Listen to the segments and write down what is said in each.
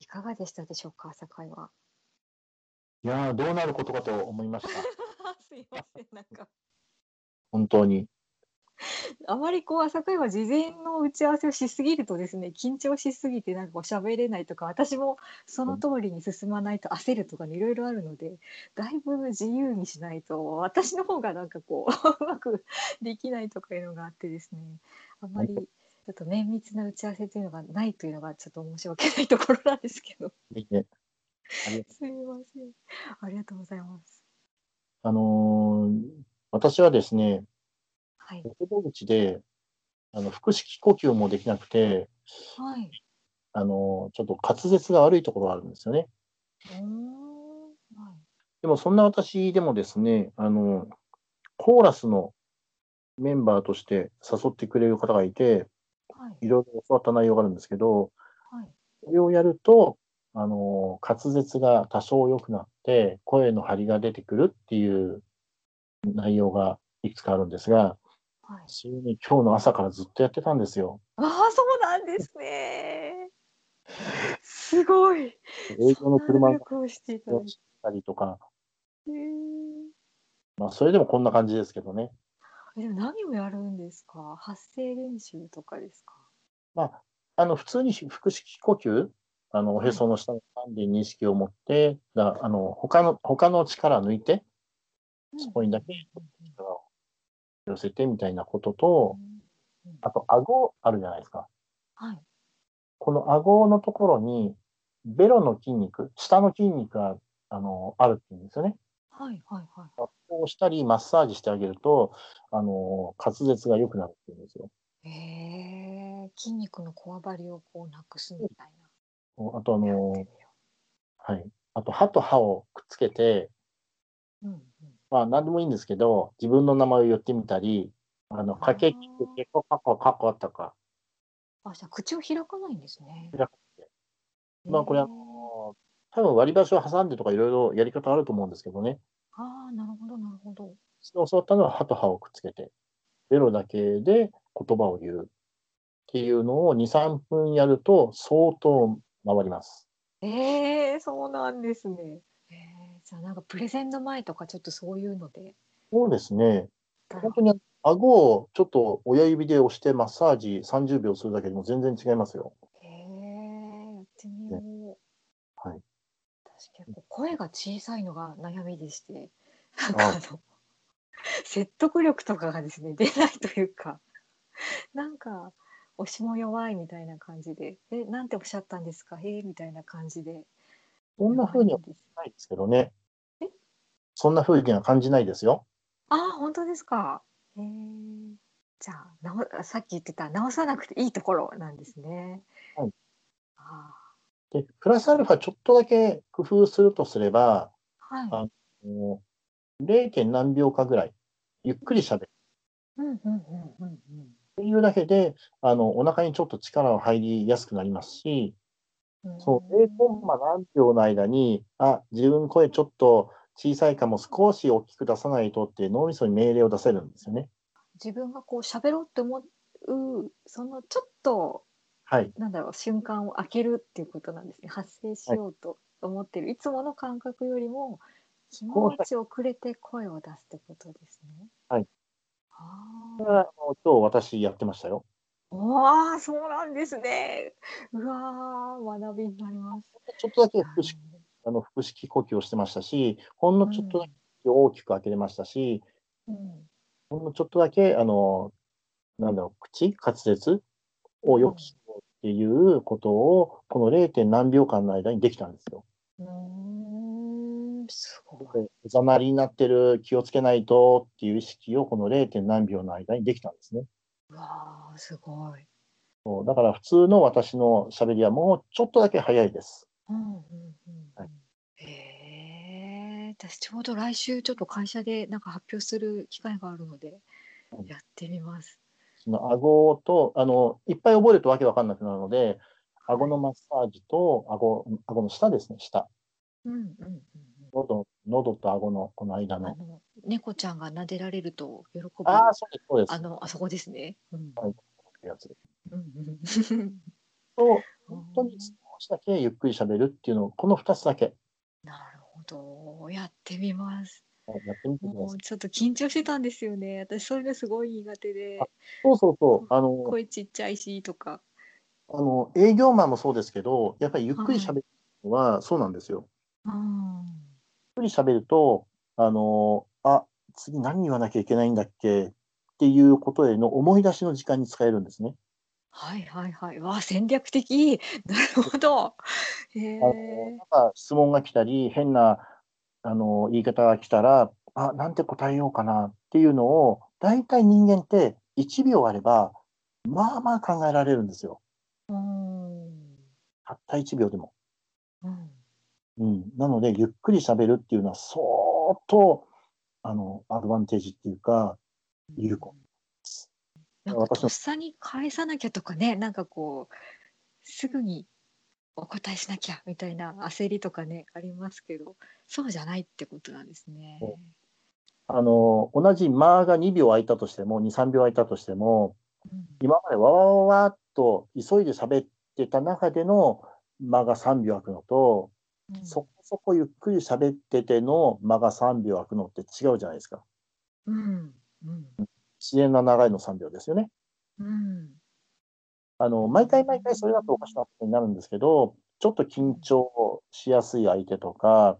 いかがでしたでしょうか、朝会は。いやー、どうなることかと思いました。 すいません、なんか、本当に。あまりこう、朝会は事前の打ち合わせをしすぎるとですね、緊張しすぎて、なんかこう喋れないとか、私もその通りに進まないと焦るとかね、いろいろあるので、だいぶ自由にしないと、私の方がなんかこう、 うまくできないとかいうのがあってですね、あんまり、ちょっと綿密な打ち合わせというのがないというのが、ちょっと申し訳ないところなんですけど、いいねありすいません。ありがとうございます。あのー私はですね、はい。鉄道口で、あの、腹式呼吸もできなくて、はい。あのーちょっと滑舌が悪いところがあるんですよね。うーんはい。でもそんな私でもですね、あの、コーラスのメンバーとして誘ってくれる方がいて、はい。いろいろ教わった内容があるんですけど、はい。それをやると、あの、滑舌が多少良くなって、声の張りが出てくるっていう内容がいくつかあるんですが、はい。それに今日の朝からずっとやってたんですよ。ああ、そうなんですね。すごい。営業の車そんな努の力をしていただをいて。したりとか、えーまあ、それでもこんな感じですけどね。でも何をやるんですか。発声練習とかですか。まあ、あの普通に腹式呼吸、あのおへその下の管理に意識を持って、だあの他の他の力抜いて、そこにだけ力を寄せてみたいなことと、あと顎あるじゃないですか。はい。この顎のところに、ベロの筋肉、下の筋肉があのあるっていうんですよね。はい。はい。はい。こうしたり、マッサージしてあげると、あの滑舌が良くなるっていうんですよ。ええ筋肉のこわばりをこうなくすみたいな。あやとあってみのよ、はい。あと歯と歯をくっつけて、う。うんうん。まあ、何でもいいんですけど、自分の名前を言ってみたり、あの、ーかけきく、けこかこかことか、あ、じゃあ口を開かないんですね。開かないまあこれえーあの多分割り箸を挟んでとかいろいろやり方あると思うんですけどね。ああ、なるほど、なるほど。教わったのは歯と歯をくっつけて、ベロだけで言葉を言うっていうのを2、3分やると相当回ります。ええそうなんですね。ええじゃあなんかプレゼンの前とかちょっとそういうので。そうですね。たら本当に顎をちょっと親指で押してマッサージ30秒するだけでも全然違いますよ。ええやってみよう。はい。私結構声が小さいのが悩みでして、なあんかあの説得力とかがですね出ないというか、なんか押しも弱いみたいな感じで、えなんておっしゃったんですか、へえみたいな感じで。そんな風には弱いんですないですけどねえ。そんな風には感じないですよ。ああ、本当ですか。へえ。じゃあ、なお、さっき言ってた、直さなくていいところなんですね。はい。あで、プラスアルファちょっとだけ工夫するとすれば、あ、はい。あもう 0. 何秒かぐらい、ゆっくり喋る。うんうんうんうんというだけで、あの、お腹にちょっと力を入りやすくなりますし、うんうん。そう、0コンマ何秒の間に、あ、自分声ちょっと小さいかも少し大きく出さないとって脳みそに命令を出せるんですよね。自分がこう喋ろうって思う、そのちょっと、はい。なんだろう、瞬間を開けるっていうことなんですね。発生しようと思ってる、い、つもの感覚よりも。気こう持ち遅れて声を出すってことですね。はい。あこあれ。はあの今日私やってましたよ。わあ、そうなんですね。うわあ、学びになります。ちょっとだけ腹式あの腹式呼吸をしてましたし、ほんのちょっとだけ大きく開けれましたし、うんほんのちょっとだけ、あの、なんだろう、口、滑舌を良くしようっていうことを、この 0. 何秒間の間にできたんですよ。うん、うーん、すごい。でおざなりになってる、気をつけないとっていう意識をこの 0. 何秒の間にできたんですね。うわあ、すごい。そうだから普通の私の喋りはもうちょっとだけ早いです。うんうんうんうはいん。へえ、私ちょうど来週ちょっと会社でなんか発表する機会があるのでうんやってみます。その顎と、あの、いっぱい覚えるとわけわかんなくなるので、顎のマッサージと、顎、顎の下ですね、下。うんうんうん喉、喉と顎のこの間うん。あの。の猫ちゃんが撫でられると喜ぶああ、あそうです、そうです。あの、のあそこですね。うんはいやつ。うんうん。と、本当に少しだけゆっくり喋るっていうのを、この2つだけ なるほど。やってみます。やってみてくだもさうい。ちょっと緊張してたんですよね。私そういうのすごい苦手で、そうそうそう、あの、声ちっちゃいしとか。あの営業マンもそうですけど、やっぱりゆっくり喋るのはそうなんですよ。うん。ゆっくり喋ると、あの、あ、次何言わなきゃいけないんだっけっていうことへの思い出しの時間に使えるんですね。はいはいはい。わあ戦略的。なるほど。へえあ。のなんか質問が来たり、変なあの言い方が来たら、あ、なんて答えようかなっていうのを、大体人間って1秒あれば、まあまあ考えられるんですよ。うん。たった1秒でも。うん。うん、なので、ゆっくり喋るっていうのは相当あのアドバンテージっていうか、有効。なんか私のとっさに返さなきゃとかね、なんかこうすぐにお答えしなきゃみたいな焦りとかねありますけど、そうじゃないってことなんですね。そあの同じ間が2秒空いたとしても、2、3秒空いたとしても、うん今までわわわわっと急いで喋ってた中での間が3秒空くのと、うんそこそこゆっくり喋ってての間が3秒空くのって違うじゃないですか。うんうん自然な長いの3秒ですよね。うんあの毎回毎回それだとおかしなことになるんですけど、ちょっと緊張しやすい相手とか、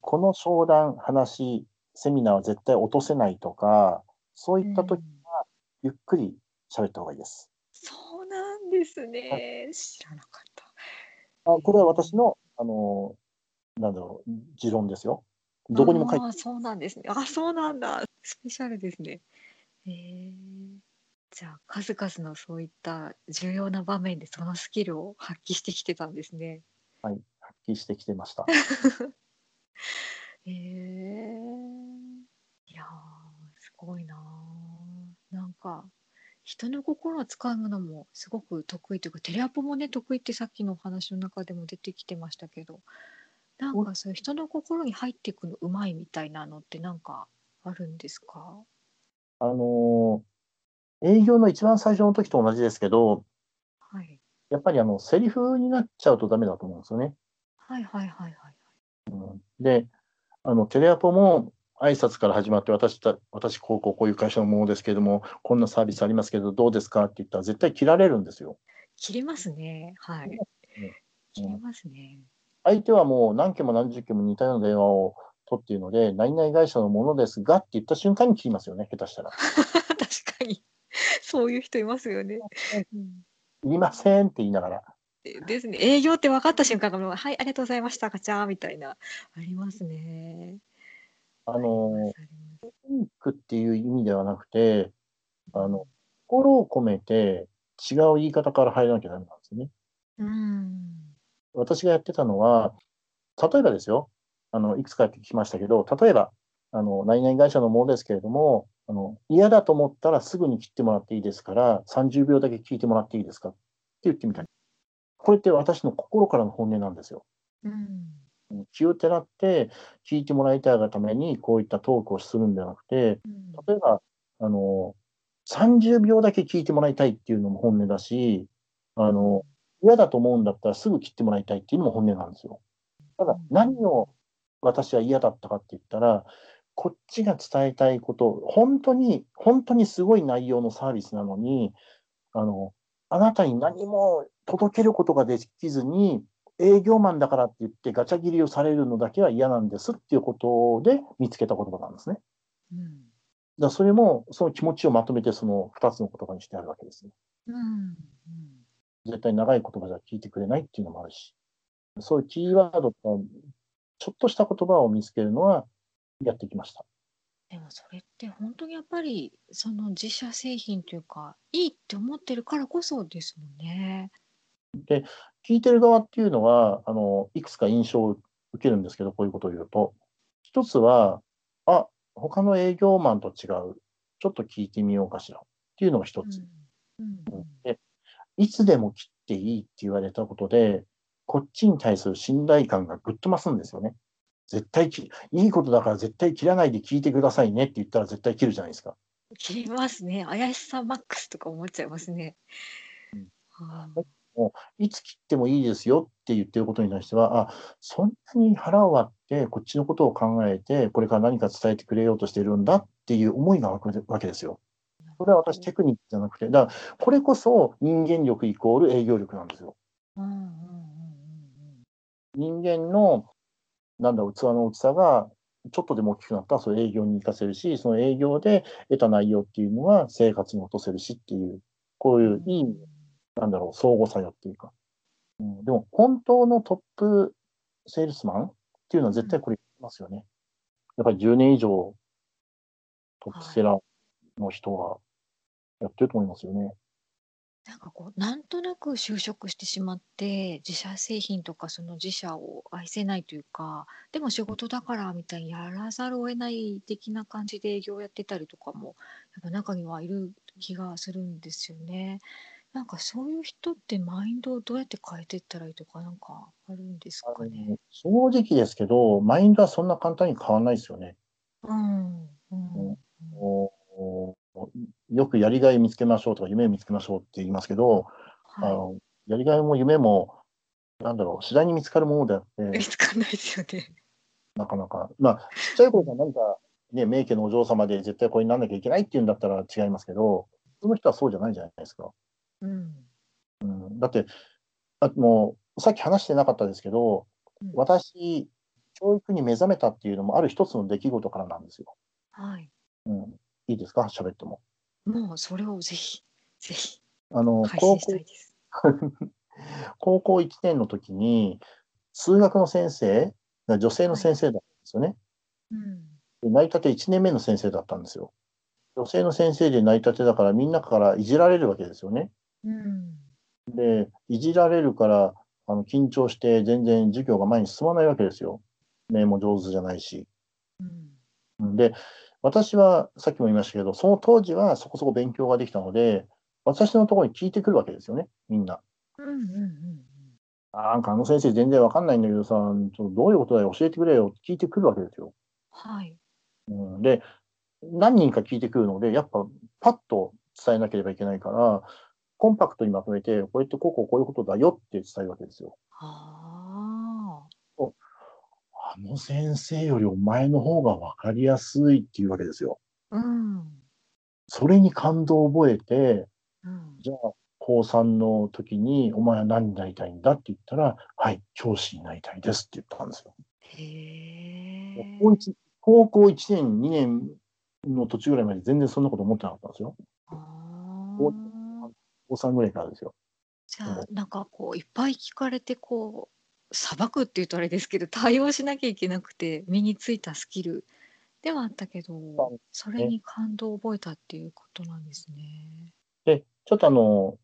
この商談、話、セミナーは絶対落とせないとか、そういった時、うんゆっくり喋った方がいいです。そうなんですね。知らなかった。あこれは私の、あの、なんだろう、持論ですよ。どこにも書いてあーそうなんですね。あ、そうなんだ。スペシャルですね。へえ。じゃあ数々のそういった重要な場面でそのスキルを発揮してきてたんですね。発揮してきてました。へえ。いやーすごいなー。なんか人の心を掴むのもすごく得意というかテレアポもね得意ってさっきのお話の中でも出てきてましたけどなんかそういう人の心に入っていくのうまいみたいなのってなんかあるんですかあの、営業の一番最初の時と同じですけど、はい、やっぱりあの、セリフになっちゃうとダメだと思うんですよね。はいはいはいはい。で、あのテレアポも挨拶から始まって私た、私、こうこうこういう会社のものですけれども、こんなサービスありますけど、どうですかって言ったら、絶対切られるんですよ。切れますね。はい。切れますね。 相手はもう何件も何十件も似たような電話を取っているので、何々会社のものですがって言った瞬間に切りますよね、下手したら。確かに。そういう人いますよね。うんいりませんって言いながら。でですね。営業って分かった瞬間がもう、はい、ありがとうございました。ガチャーみたいな。ありますね。あありまの、すありますテクニックっていう意味ではなくて、あの、心を込めて違う言い方から入らなきゃダメなんですよね。うん。私がやってたのは、例えばですよ、あのいくつか聞きましたけど、例えば、あの何々会社のものですけれどもあの、嫌だと思ったらすぐに切ってもらっていいですから、30秒だけ聞いてもらっていいですかって言ってみたい。これって私の心からの本音なんですよ。うん。気をてらって聞いてもらいたいがために、こういったトークをするんじゃなくて、うん例えば、あの、30秒だけ聞いてもらいたいっていうのも本音だし、あの、嫌だと思うんだったらすぐ切ってもらいたいっていうのも本音なんですよ。ただ、何を私は嫌だったかって言ったら、こっちが伝えたいこと、本当に、本当にすごい内容のサービスなのに、あの、あなたに何も届けることができずに、営業マンだからって言ってガチャ切りをされるのだけは嫌なんですっていうことで見つけた言葉なんですね。うん。だからそれも、その気持ちをまとめて、その2つの言葉にしてあるわけですね。うん。絶対長い言葉じゃ聞いてくれないっていうのもあるし、そういうキーワードとか、ちょっとした言葉を見つけるのはやってきました。でもそれって本当にやっぱりその自社製品というかいいって思ってるからこそですもんね。聞いてる側っていうのは、あの、いくつか印象を受けるんですけど、こういうことを言うと。一つは、あ、他の営業マンと違う。ちょっと聞いてみようかしら。っていうのが一つ。うんうんいつでも切っていいって言われたことで、こっちに対する信頼感がぐっと増すんですよね。絶対切、いいことだから絶対切らないで聞いてくださいねって言ったら絶対切るじゃないですか。切りますね。怪しさマックスとか思っちゃいますね。うんはあも、いつ切ってもいいですよって言ってることに対しては、あ、そんなに腹を割って、こっちのことを考えて、これから何か伝えてくれようとしてるんだっていう思いが湧くわけですよ。これは私、テクニックじゃなくて、だから、これこそ人間力イコール営業力なんですよ。うんうんうん人間の、なんだ、器の大きさが、ちょっとでも大きくなったら、それ営業に活かせるし、その営業で得た内容っていうのは生活に落とせるしっていう、こうういんう。うんいい、なんだろう、相互作用っていうか。うん、でも、本当のトップセールスマンっていうのは絶対これ言いますよね。やっぱり10年以上、トップセラーの人はやってると思いますよね。なんかこうなんとなく就職してしまって自社製品とかその自社を愛せないというかでも仕事だからみたいにやらざるを得ない的な感じで営業やってたりとかもやっぱ中にはいる気がするんですよね。なんかそういう人ってマインドをどうやって変えていったらいいとかなんかあるんですあかねの。正直ですけど、マインドはそんな簡単に変わらないですよね。うんうんおおよくやりがい見つけましょうとか、夢見つけましょうって言いますけど、あ はのやりがいも夢も、なんだろう、次第に見つかるものであっい、見て、つかんないですよね。 なかなか、まあ、ちっちゃい頃から何か、ね、名家のお嬢様で絶対これになんなきゃいけないっていうんだったら違いますけど、その人はそうじゃないじゃないですか。うんうん、だってあの、さっき話してなかったですけどうん、私、教育に目覚めたっていうのも、ある一つの出来事からなんですよ。はい、うん、いいですか、喋っても。もうそれをぜひぜひあの配信高した校いです。 高校1年の時に、数学の先生、女性の先生だったんですよね。うんで成り立て1年目の先生だったんですよ。女性の先生で成り立てだから、みんなからいじられるわけですよね。うんで、いじられるから、あの緊張して、全然授業が前に進まないわけですよ。目も上手じゃないし。うんで、私はさっきも言いましたけど、その当時はそこそこ勉強ができたので、私のところに聞いてくるわけですよね、みんな。うんうんうんあなんかあの先生全然わかんないんだけどさ、ちょっとどういうことだよ、教えてくれよって聞いてくるわけですよ。はい。うん、で、何人か聞いてくるので、やっぱパッと伝えなければいけないから、コンパクトにまとめて、これってこうこうこういうことだよって伝えるわけですよ。ああ。あの先生よりお前の方がわかりやすいっていうわけですよ。うん。それに感動を覚えて、うん。じゃあ、高3の時に、お前は何になりたいんだって言ったら、はい、教師になりたいですって言ったんですよ。へえ。高一高校1年、2年の途中ぐらいまで全然そんなこと思ってなかったんですよ。あ高あ。高3ぐらいからですよ。じゃあなんかこういっぱい聞かれてこう裁くっていうとあれですけど対応しなきゃいけなくて身についたスキルではあったけどそれに感動を覚えたっていうことなんですね。で、ちょっとあの、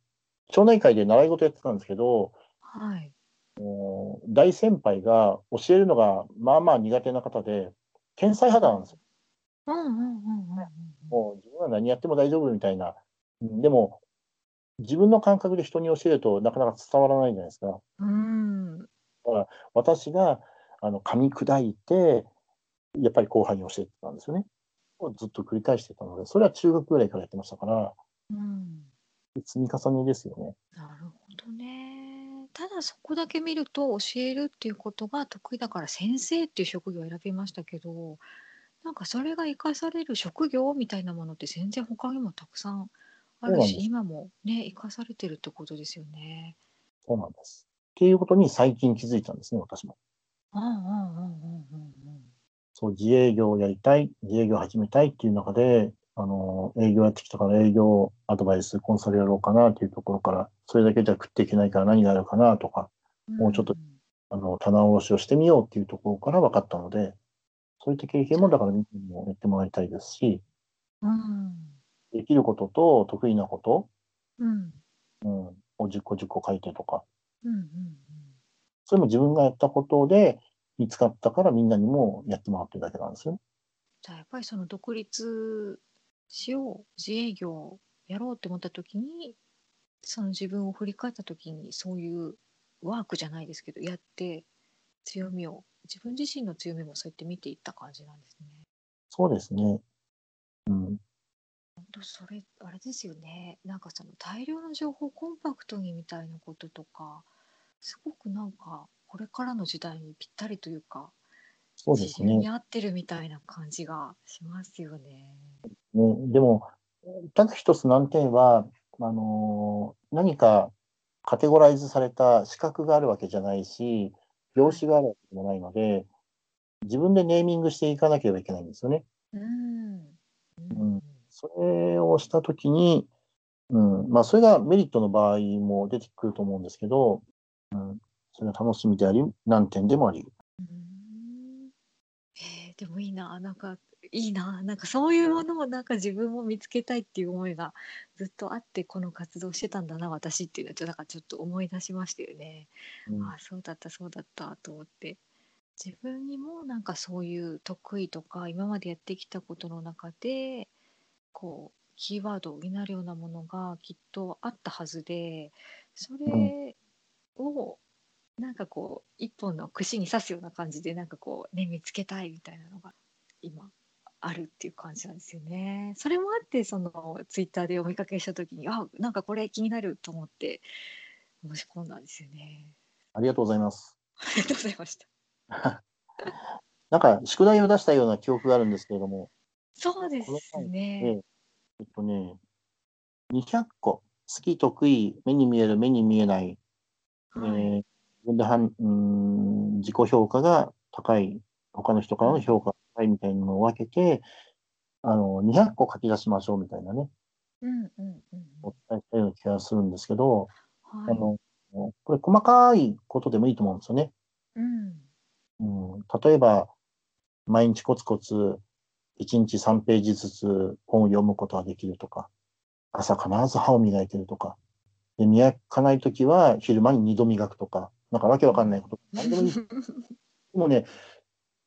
町内会で習い事やってたんですけど、はい。大先輩が教えるのがまあまあ苦手な方で、天才肌なんですよ。うんうんうんうんうん。もう自分は何やっても大丈夫みたいな。うんでも、自分の感覚で人に教えるとなかなか伝わらないじゃないですか。うん。私があの噛み砕いて、やっぱり後輩に教えてたんですよね。をずっと繰り返してたので、それは中学ぐらいからやってましたから、うん。積み重ねですよね。なるほどね。ただそこだけ見ると教えるっていうことが得意だから先生っていう職業を選びましたけどなんかそれが生かされる職業みたいなものって全然他にもたくさんあるそうなんでしす今もね生かされてるってことですよね。そうなんです。っていうことに最近気づいたんですね、私も。うんうんうんうんうんうん。そう、自営業をやりたい、自営業を始めたいっていう中で、あの、営業やってきたから営業アドバイス、コンサルやろうかなっていうところから、それだけじゃ食っていけないから何があるかなとか、もうちょっとあの、棚卸しをしてみようっていうところから分かったので、そういった経験もだからみんなにもやってもらいたいですし、うん。できることと得意なことうんを10個10個書いてとか、うんうんそれも自分がやったことで見つかったからみんなにもやってもらってるだけなんですよね。じゃあやっぱりその独立しよう自営業をやろうって思った時にその自分を振り返った時にそういうワークじゃないですけどやって強みを自分自身の強みもそうやって見ていった感じなんですね。そうですね。うん。当それあれですよねなんかその大量の情報をコンパクトにみたいなこととかすごくなんかこれからの時代にぴったりというかそうです自由にね。合ってるみたいな感じがしますよね。ねでも、ただ一つ難点は、あのー何かカテゴライズされた資格があるわけじゃないし、業種があるわけでもないので、自分でネーミングしていかなければいけないんですよね。うん、んそれをしたときに、うん、まあ、それがメリットの場合も出てくると思うんですけど、うん、それが楽しみであり、難点でもあり。うんえーでもいいななんかいいななんかそういうものをなんか自分も見つけたいっていう思いがずっとあってこの活動してたんだな私っていうのをちょっとなんかちょっと思い出しましたよね。うんあそうだったそうだったと思って自分にもなんかそういう得意とか今までやってきたことの中でこうキーワードになるようなものがきっとあったはずでそれをなんかこう一本の串に刺すような感じでなんかこうね見つけたいみたいなのが今あるっていう感じなんですよね。それもあってそのツイッターでお見かけした時にあなんかこれ気になると思って申し込んだんですよね。ありがとうございます。ありがとうございました。なんか、宿題を出したような記憶があるんですけれども、そうですね。えっとね、200個、好き、得意、目に見える、目に見えない、はえい。ー自分ではんうん自己評価が高い、他の人からの評価が高いみたいなのを分けて、あの200個書き出しましょうみたいなね、うんうんうん。お伝えしたような気がするんですけど、あはい。のこれ、細かいことでもいいと思うんですよね。うん。うん、例えば、毎日コツコツ、1日3ページずつ本を読むことができるとか、朝必ず歯を磨いてるとか、で磨かないときは昼間に2度磨くとか、なんかわけわかんないこと、何でもいい。でもね、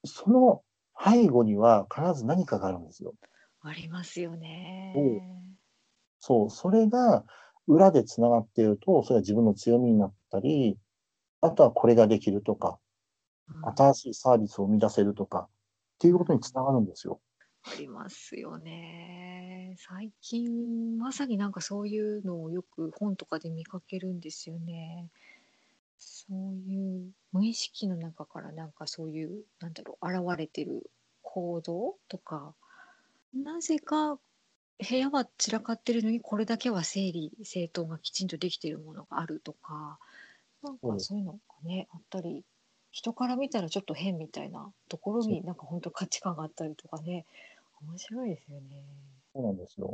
その背後には必ず何かがあるんですよ。ありますよね。そう、それが裏でつながっていると、それが自分の強みになったり、あとはこれができるとか、うんあ新しいサービスを生み出せるとか、っていうことにつながるんですよ。りますよね。最近まさになんかそういうのをよく本とかで見かけるんですよね。そういう無意識の中からなんかそういうなんだろう現れてる行動とかなぜか部屋は散らかってるのにこれだけは整理整頓がきちんとできてるものがあるとかなんうかんそういうのがねあったり人から見たらちょっと変みたいなところになんか本当価値観があったりとかね面白いですよね。そうなんですよ。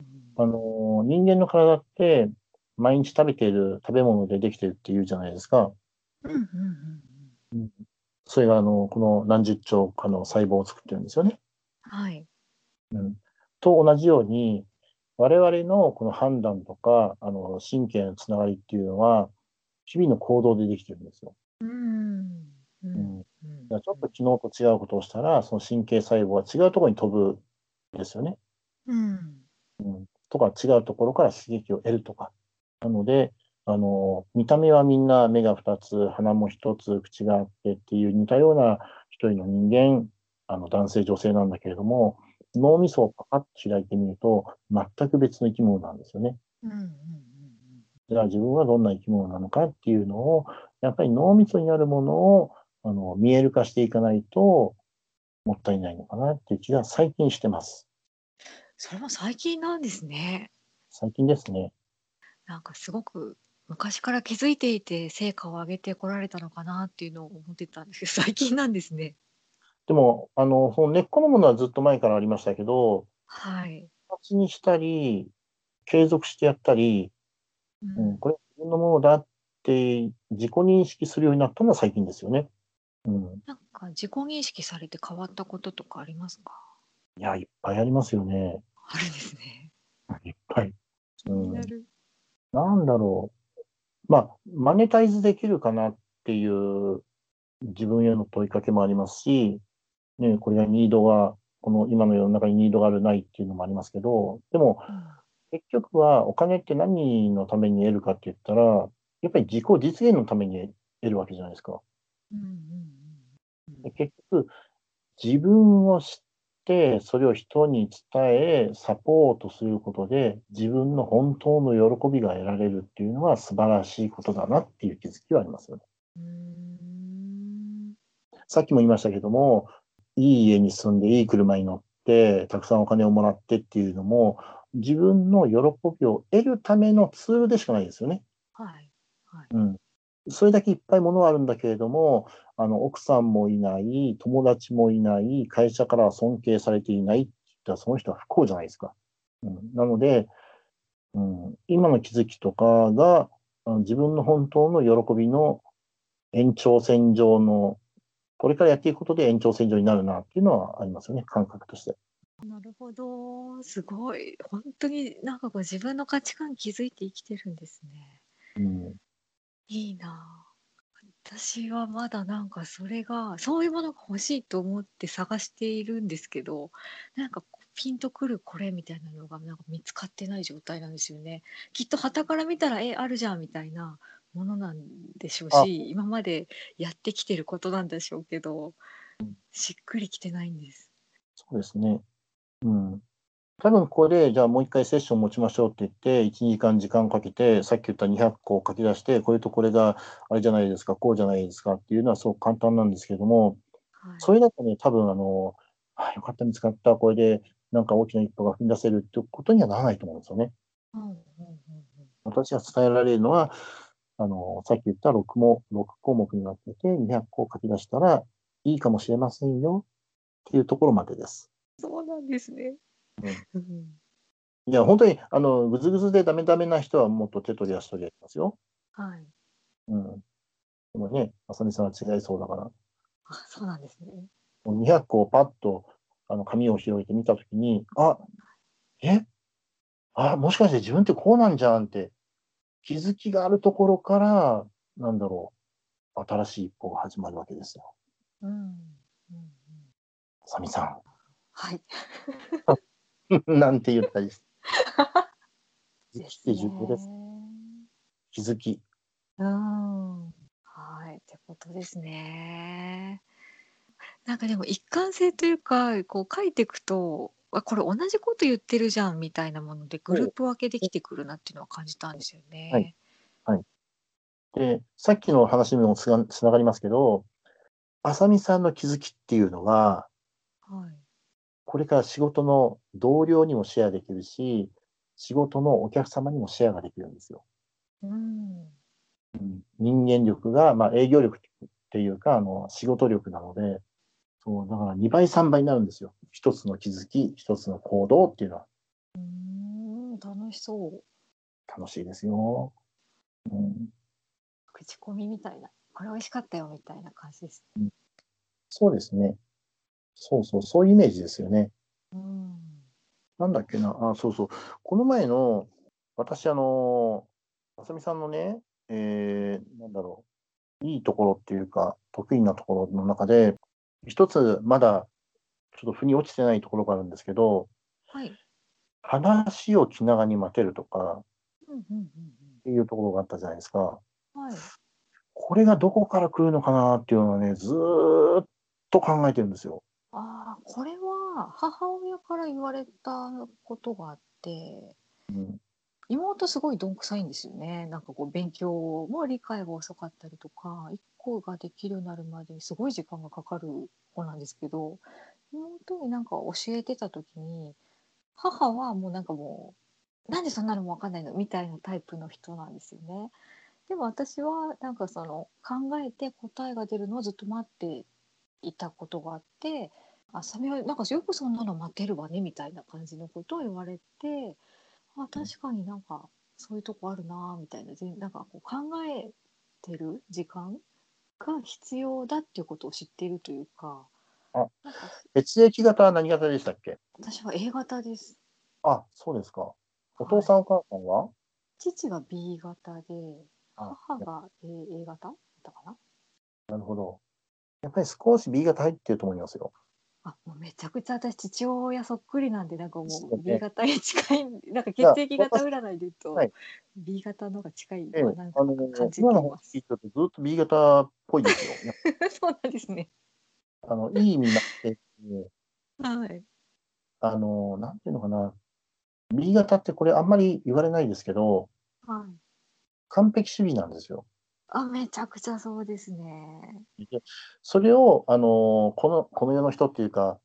うんあのー人間の体って毎日食べている食べ物でできてるっていうじゃないですか。うんうんうんうんそれがあのこの何十兆かの細胞を作ってるんですよね。はいうん、と同じように我々のこの判断とかあの神経のつながりっていうのは日々の行動でできてるんですよ。うんううんん、だうんからちょっと昨日と違うことをしたらその神経細胞が違うところに飛ぶんですよね。うんとか違うところから刺激を得るとか。なので、あの、見た目はみんな目が2つ、鼻も1つ、口があってっていう似たような一人の人間、あの男性、女性なんだけれども、脳みそをパカッと開いてみると、全く別の生き物なんですよね。うんうんうんじゃあ自分はどんな生き物なのかっていうのを、やっぱり脳みそにあるものをあの見える化していかないと、もったいないのかなっていう気が最近してます。それも最近なんですね。最近ですね。なんかすごく昔から気づいていて成果を上げてこられたのかなっていうのを思ってたんですけど 最近なんですね。でも、あの、その根っこのものはずっと前からありましたけど、はい。形にしたり、継続してやったり、ううんん、これは自分のものだって自己認識するようになったのは最近ですよね。うん。なんか自己認識されて変わったこととかありますか？いや、いっぱいありますよね。あるんですね。いっぱい。う気にんな。るなんだろう。まあ、マネタイズできるかなっていう自分への問いかけもありますし、ね、これがニードが、この今の世の中にニードがあるないっていうのもありますけど、でも、結局はお金って何のために得るかって言ったら、やっぱり自己実現のために得るわけじゃないですか。うんうんうんで結局、自分を知っして、それを人に伝え、サポートすることで、自分の本当の喜びが得られるっていうのは素晴らしいことだなっていう気づきはありますよね。うーんさっきも言いましたけども、いい家に住んで、いい車に乗って、たくさんお金をもらってっていうのも、自分の喜びを得るためのツールでしかないですよね。はいはいうん。それだけいっぱいものはあるんだけれども、あの、奥さんもいない、友達もいない、会社から尊敬されていないって言ったら、その人は不幸じゃないですか。うん。なので、うん、今の気づきとかが、あの自分の本当の喜びの延長線上の、これからやっていくことで延長線上になるなっていうのはありますよね、感覚として。なるほどすごい本当になんかこう自分の価値観気づいて生きてるんですねうん。いいなぁ私はまだなんかそれがそういうものが欲しいと思って探しているんですけどなんかこうピンとくるこれみたいなのがなんか見つかってない状態なんですよねきっと傍から見たらえあるじゃんみたいなものなんでしょうあし今までやってきてることなんでしょうけどしっくりきてないんですそうですね。うん。多分これで、じゃあもう一回セッション持ちましょうって言って、1、2時間時間かけて、さっき言った200個を書き出して、これとこれがあれじゃないですか、こうじゃないですかっていうのはすごく簡単なんですけども、はいそれだとね、多分あの、あよかった、見つかった、これでなんか大きな一歩が踏み出せるってことにはならないと思うんですよね。うんうんうんうん私が伝えられるのは、あの、さっき言った6も、6項目になってて、200個書き出したらいいかもしれませんよっていうところまでです。そうなんですね。うんいや、本当に、あの、ぐずぐずでダメダメな人はもっと手取り足取りやりますよ。はい。うん。でもね、あさみさんは違いそうだから、あ、そうなんですね。もう200個をパッと、あの、紙を広げて見たときに、あ、えあ、もしかして自分ってこうなんじゃんって、気づきがあるところから、なんだろう、新しい一歩が始まるわけですよ。うん。うん、あさみさはい。ん。 なんて言ったりして。気づきってね重要です。気づき。うん。はい。ってことですね。なんかでも一貫性というか、こう書いていくと、あ、これ同じこと言ってるじゃんみたいなもので、グループ分けできてくるなっていうのは感じたんですよね。はいで、さっきの話にもつなつながりますけど、あさみさんの気づきっていうのは、はい。これから仕事の同僚にもシェアできるし、仕事のお客様にもシェアができるんですよ。うん。人間力が、まあ営業力っていうか、あの、仕事力なので、そう、だから2倍、3倍になるんですよ。一つの気づき、一つの行動っていうのはうん、楽しそう。楽しいですよ。うん、口コミみたいな。これ美味しかったよみたいな感じです。そうですね。そうそう、そういうイメージですよね。うん。なんだっけな、あ、そうそう。この前の、私、あの、あさみさんのね、えー、なんだろう、いいところっていうか、得意なところの中で、一つ、まだ、ちょっと腑に落ちてないところがあるんですけど、はい。話を気長に待てるとかうんうんうんっていうところがあったじゃないですか。うん。はい。これがどこから来るのかなっていうのはね、ずーっと考えてるんですよ。ああ、これは母親から言われたことがあって、うん、妹すごいどんくさいんですよね。なんかこう勉強も理解が遅かったりとか、一個ができるようになるまでにすごい時間がかかる子なんですけど、妹になんか教えてた時に、母はもうなんかもう、なんでそんなのもわかんないのみたいなタイプの人なんですよね。でも私はなんかその考えて答えが出るのをずっと待っていたことがあって、あ、サメはなんかよくそんなの待てるわねみたいな感じのことを言われて、あ、確かになんかそういうとこあるなみたいな、全なんかこう考えてる時間が必要だっていうことを知っているというか、あなんか血液型は何型でしたっけ私は A 型です。あ、そうですか。お父さん、お母さんは、父が B 型であ母が A, A 型だったかななるほど。やっぱり少し B 型入ってると思いますよ。あもうめちゃくちゃ私父親そっくりなんでなんかもそううね B 型に近いなんか血いや液型占いで言うとはい B 型のが近いええ、のはなんかあの感、じてい今のま話す聞。いてるとずっと B 型っぽ いですよ。そうなんですね。あの、いい意味になって、はい。あの、なんていうのかな、B 型ってこれあんまり言われないですけど、はい。完璧主義なんですよ。あ、めちゃくちゃそうですね。それを、あの、この、この世の人っていうか、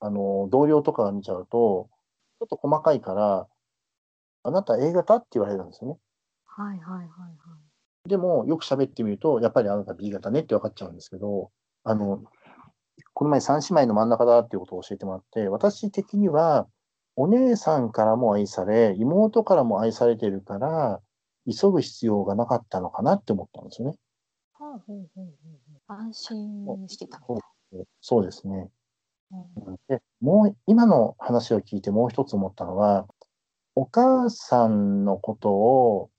あの、同僚とかが見ちゃうと、ちょっと細かいから、あなた A 型って言われるんですよね。はいはいはいはい。でも、よく喋ってみると、やっぱりあなた B 型ねって分かっちゃうんですけど、あの、この前三姉妹の真ん中だっていうことを教えてもらって、私的には、お姉さんからも愛され、妹からも愛されてるから、急ぐ必要がなかったのかなって思ったんですよね。ほうほうほうほうほう安心してたみたい。そうですね。うんでもう今の話を聞いてもう一つ思ったのはお母さんのことを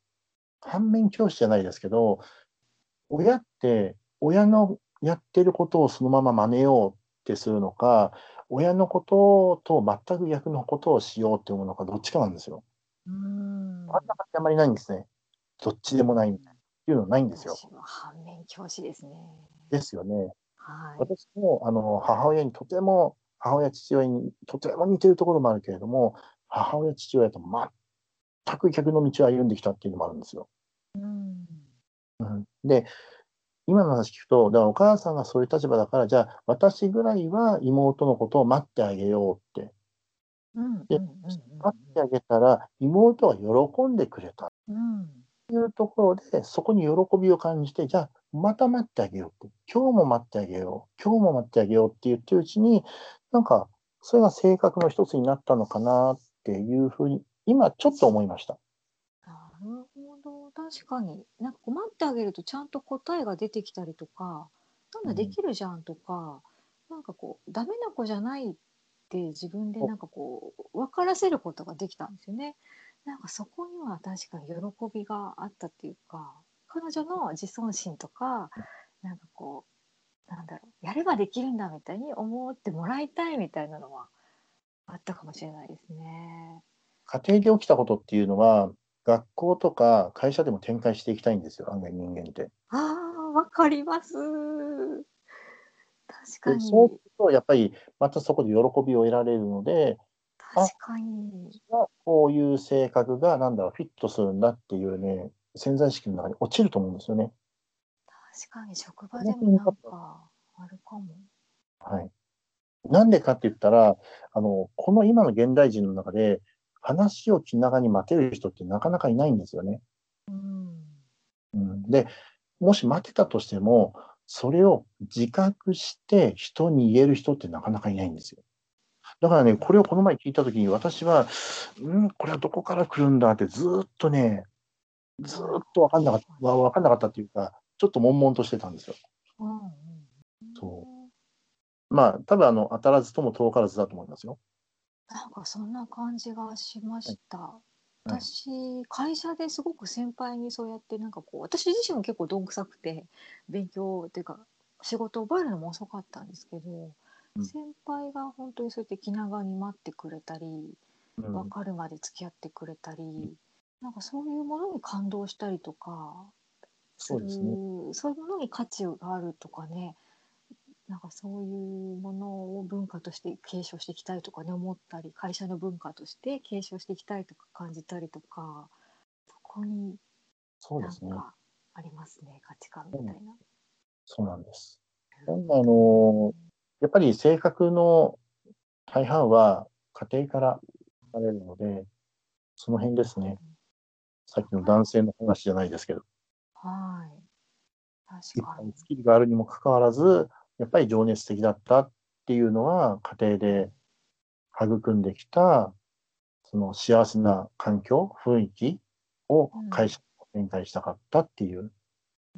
反面教師じゃないですけど親って親のやってることをそのまま真似ようってするのか親のことと全く逆のことをしようって思うのかどっちかなんですよ。うーん。真ん中ってあんまりないんですね。どっちでもないみたいなっていうのはないんですよ。私は反面教師ですね。ですよね。はい。私もあの母親にとても母親父親にとても似てるところもあるけれども母親父親と全く逆の道を歩んできたっていうのもあるんですよ。うん。うん、で今の話聞くとだからお母さんがそういう立場だからじゃあ私ぐらいは妹のことを待ってあげようってうん。うん。で待ってあげたら妹は喜んでくれたっうん。ていうところでそこに喜びを感じてじゃあまた待ってあげようって今日も待ってあげよう今日も待ってあげようって言ってるうちになんかそれが性格の一つになったのかなっていうふうに今ちょっと思いました。なるほど。確かに。なんか困ってあげるとちゃんと答えが出てきたりとか、なんだできるじゃんとか、なんかこう、ダメな子じゃないって自分でなんかこう、分からせることができたんですよね。なんかそこには確かに喜びがあったっていうか、彼女の自尊心とか、なんかこう、なんだろう、やればできるんだみたいに思ってもらいたいみたいなのはあったかもしれないですね。家庭で起きたことっていうのは学校とか会社でも展開していきたいんですよ案外人間って。ああ、わかります。確かでに。そうするとやっぱりまたそこで喜びを得られるので確かに。まあこういう性格がなんだろうフィットするんだっていうね潜在意識の中に落ちると思うんですよね。確かに職場でもなんかあるかも。はい。なんでかって言ったら、あの、この今の現代人の中で、話を気長に待てる人ってなかなかいないんですよね。うん。うん、で、もし待てたとしても、それを自覚して人に言える人ってなかなかいないんですよ。だからね、これをこの前聞いたときに、私は、うん、これはどこから来るんだってずーっとね、ずーっと分かんなかった、わ分かんなかったっていうか、ちょっと悶々としてたんですよ。うんうん。そまあ、多分あの、当たらずとも遠からずだと思いますよ。なんかそんな感じがしました。い私会社ですごく先輩にそうやってなんかこう私自身も結構どんくさくて勉強っていうか仕事を覚えるのも遅かったんですけど、うん先輩が本当にそうやって気長に待ってくれたりうん分かるまで付き合ってくれたり、なんかそういうものに感動したりとかすそうるですね。そういうものに価値があるとかねなんかそういうものを文化として継承していきたいとかね思ったり会社の文化として継承していきたいとか感じたりとかそこにそうなでんすね。かありますね価値観みたいな。そうなんです。なんであのやっぱり性格の大半は家庭から生まれるので、その辺ですね。さっきの男性の話じゃないですけど、はいいっ確ぱかいにスキルがあるにもかかわらず、やっぱり情熱的だったっていうのは、家庭で育んできた、その幸せな環境、雰囲気を会社に展開したかったっていう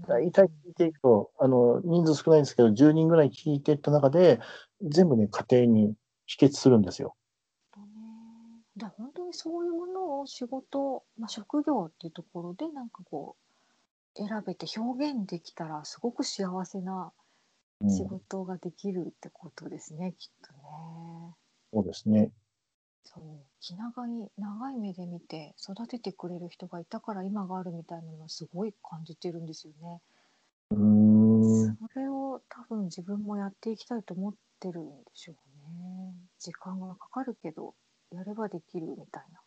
大体聞いていくと、あの、人数少ないんですけど、10人ぐらい聞いていった中で、全部ね、家庭に秘訣するんですよ。とね。じゃあ本当にそういうものを仕事、まあ、職業っていうところでなんかこう選べて表現できたらすごく幸せなうん、仕そ事ができるってことですね、きっとね。うですね。そう気長に長い目で見て育ててくれる人がいたから今があるみたいなのはすごい感じてるんですよね。うーん、それを多分自分もやっていきたいと思ってるんでしょうね。時間がかかるけどやればできるみたいな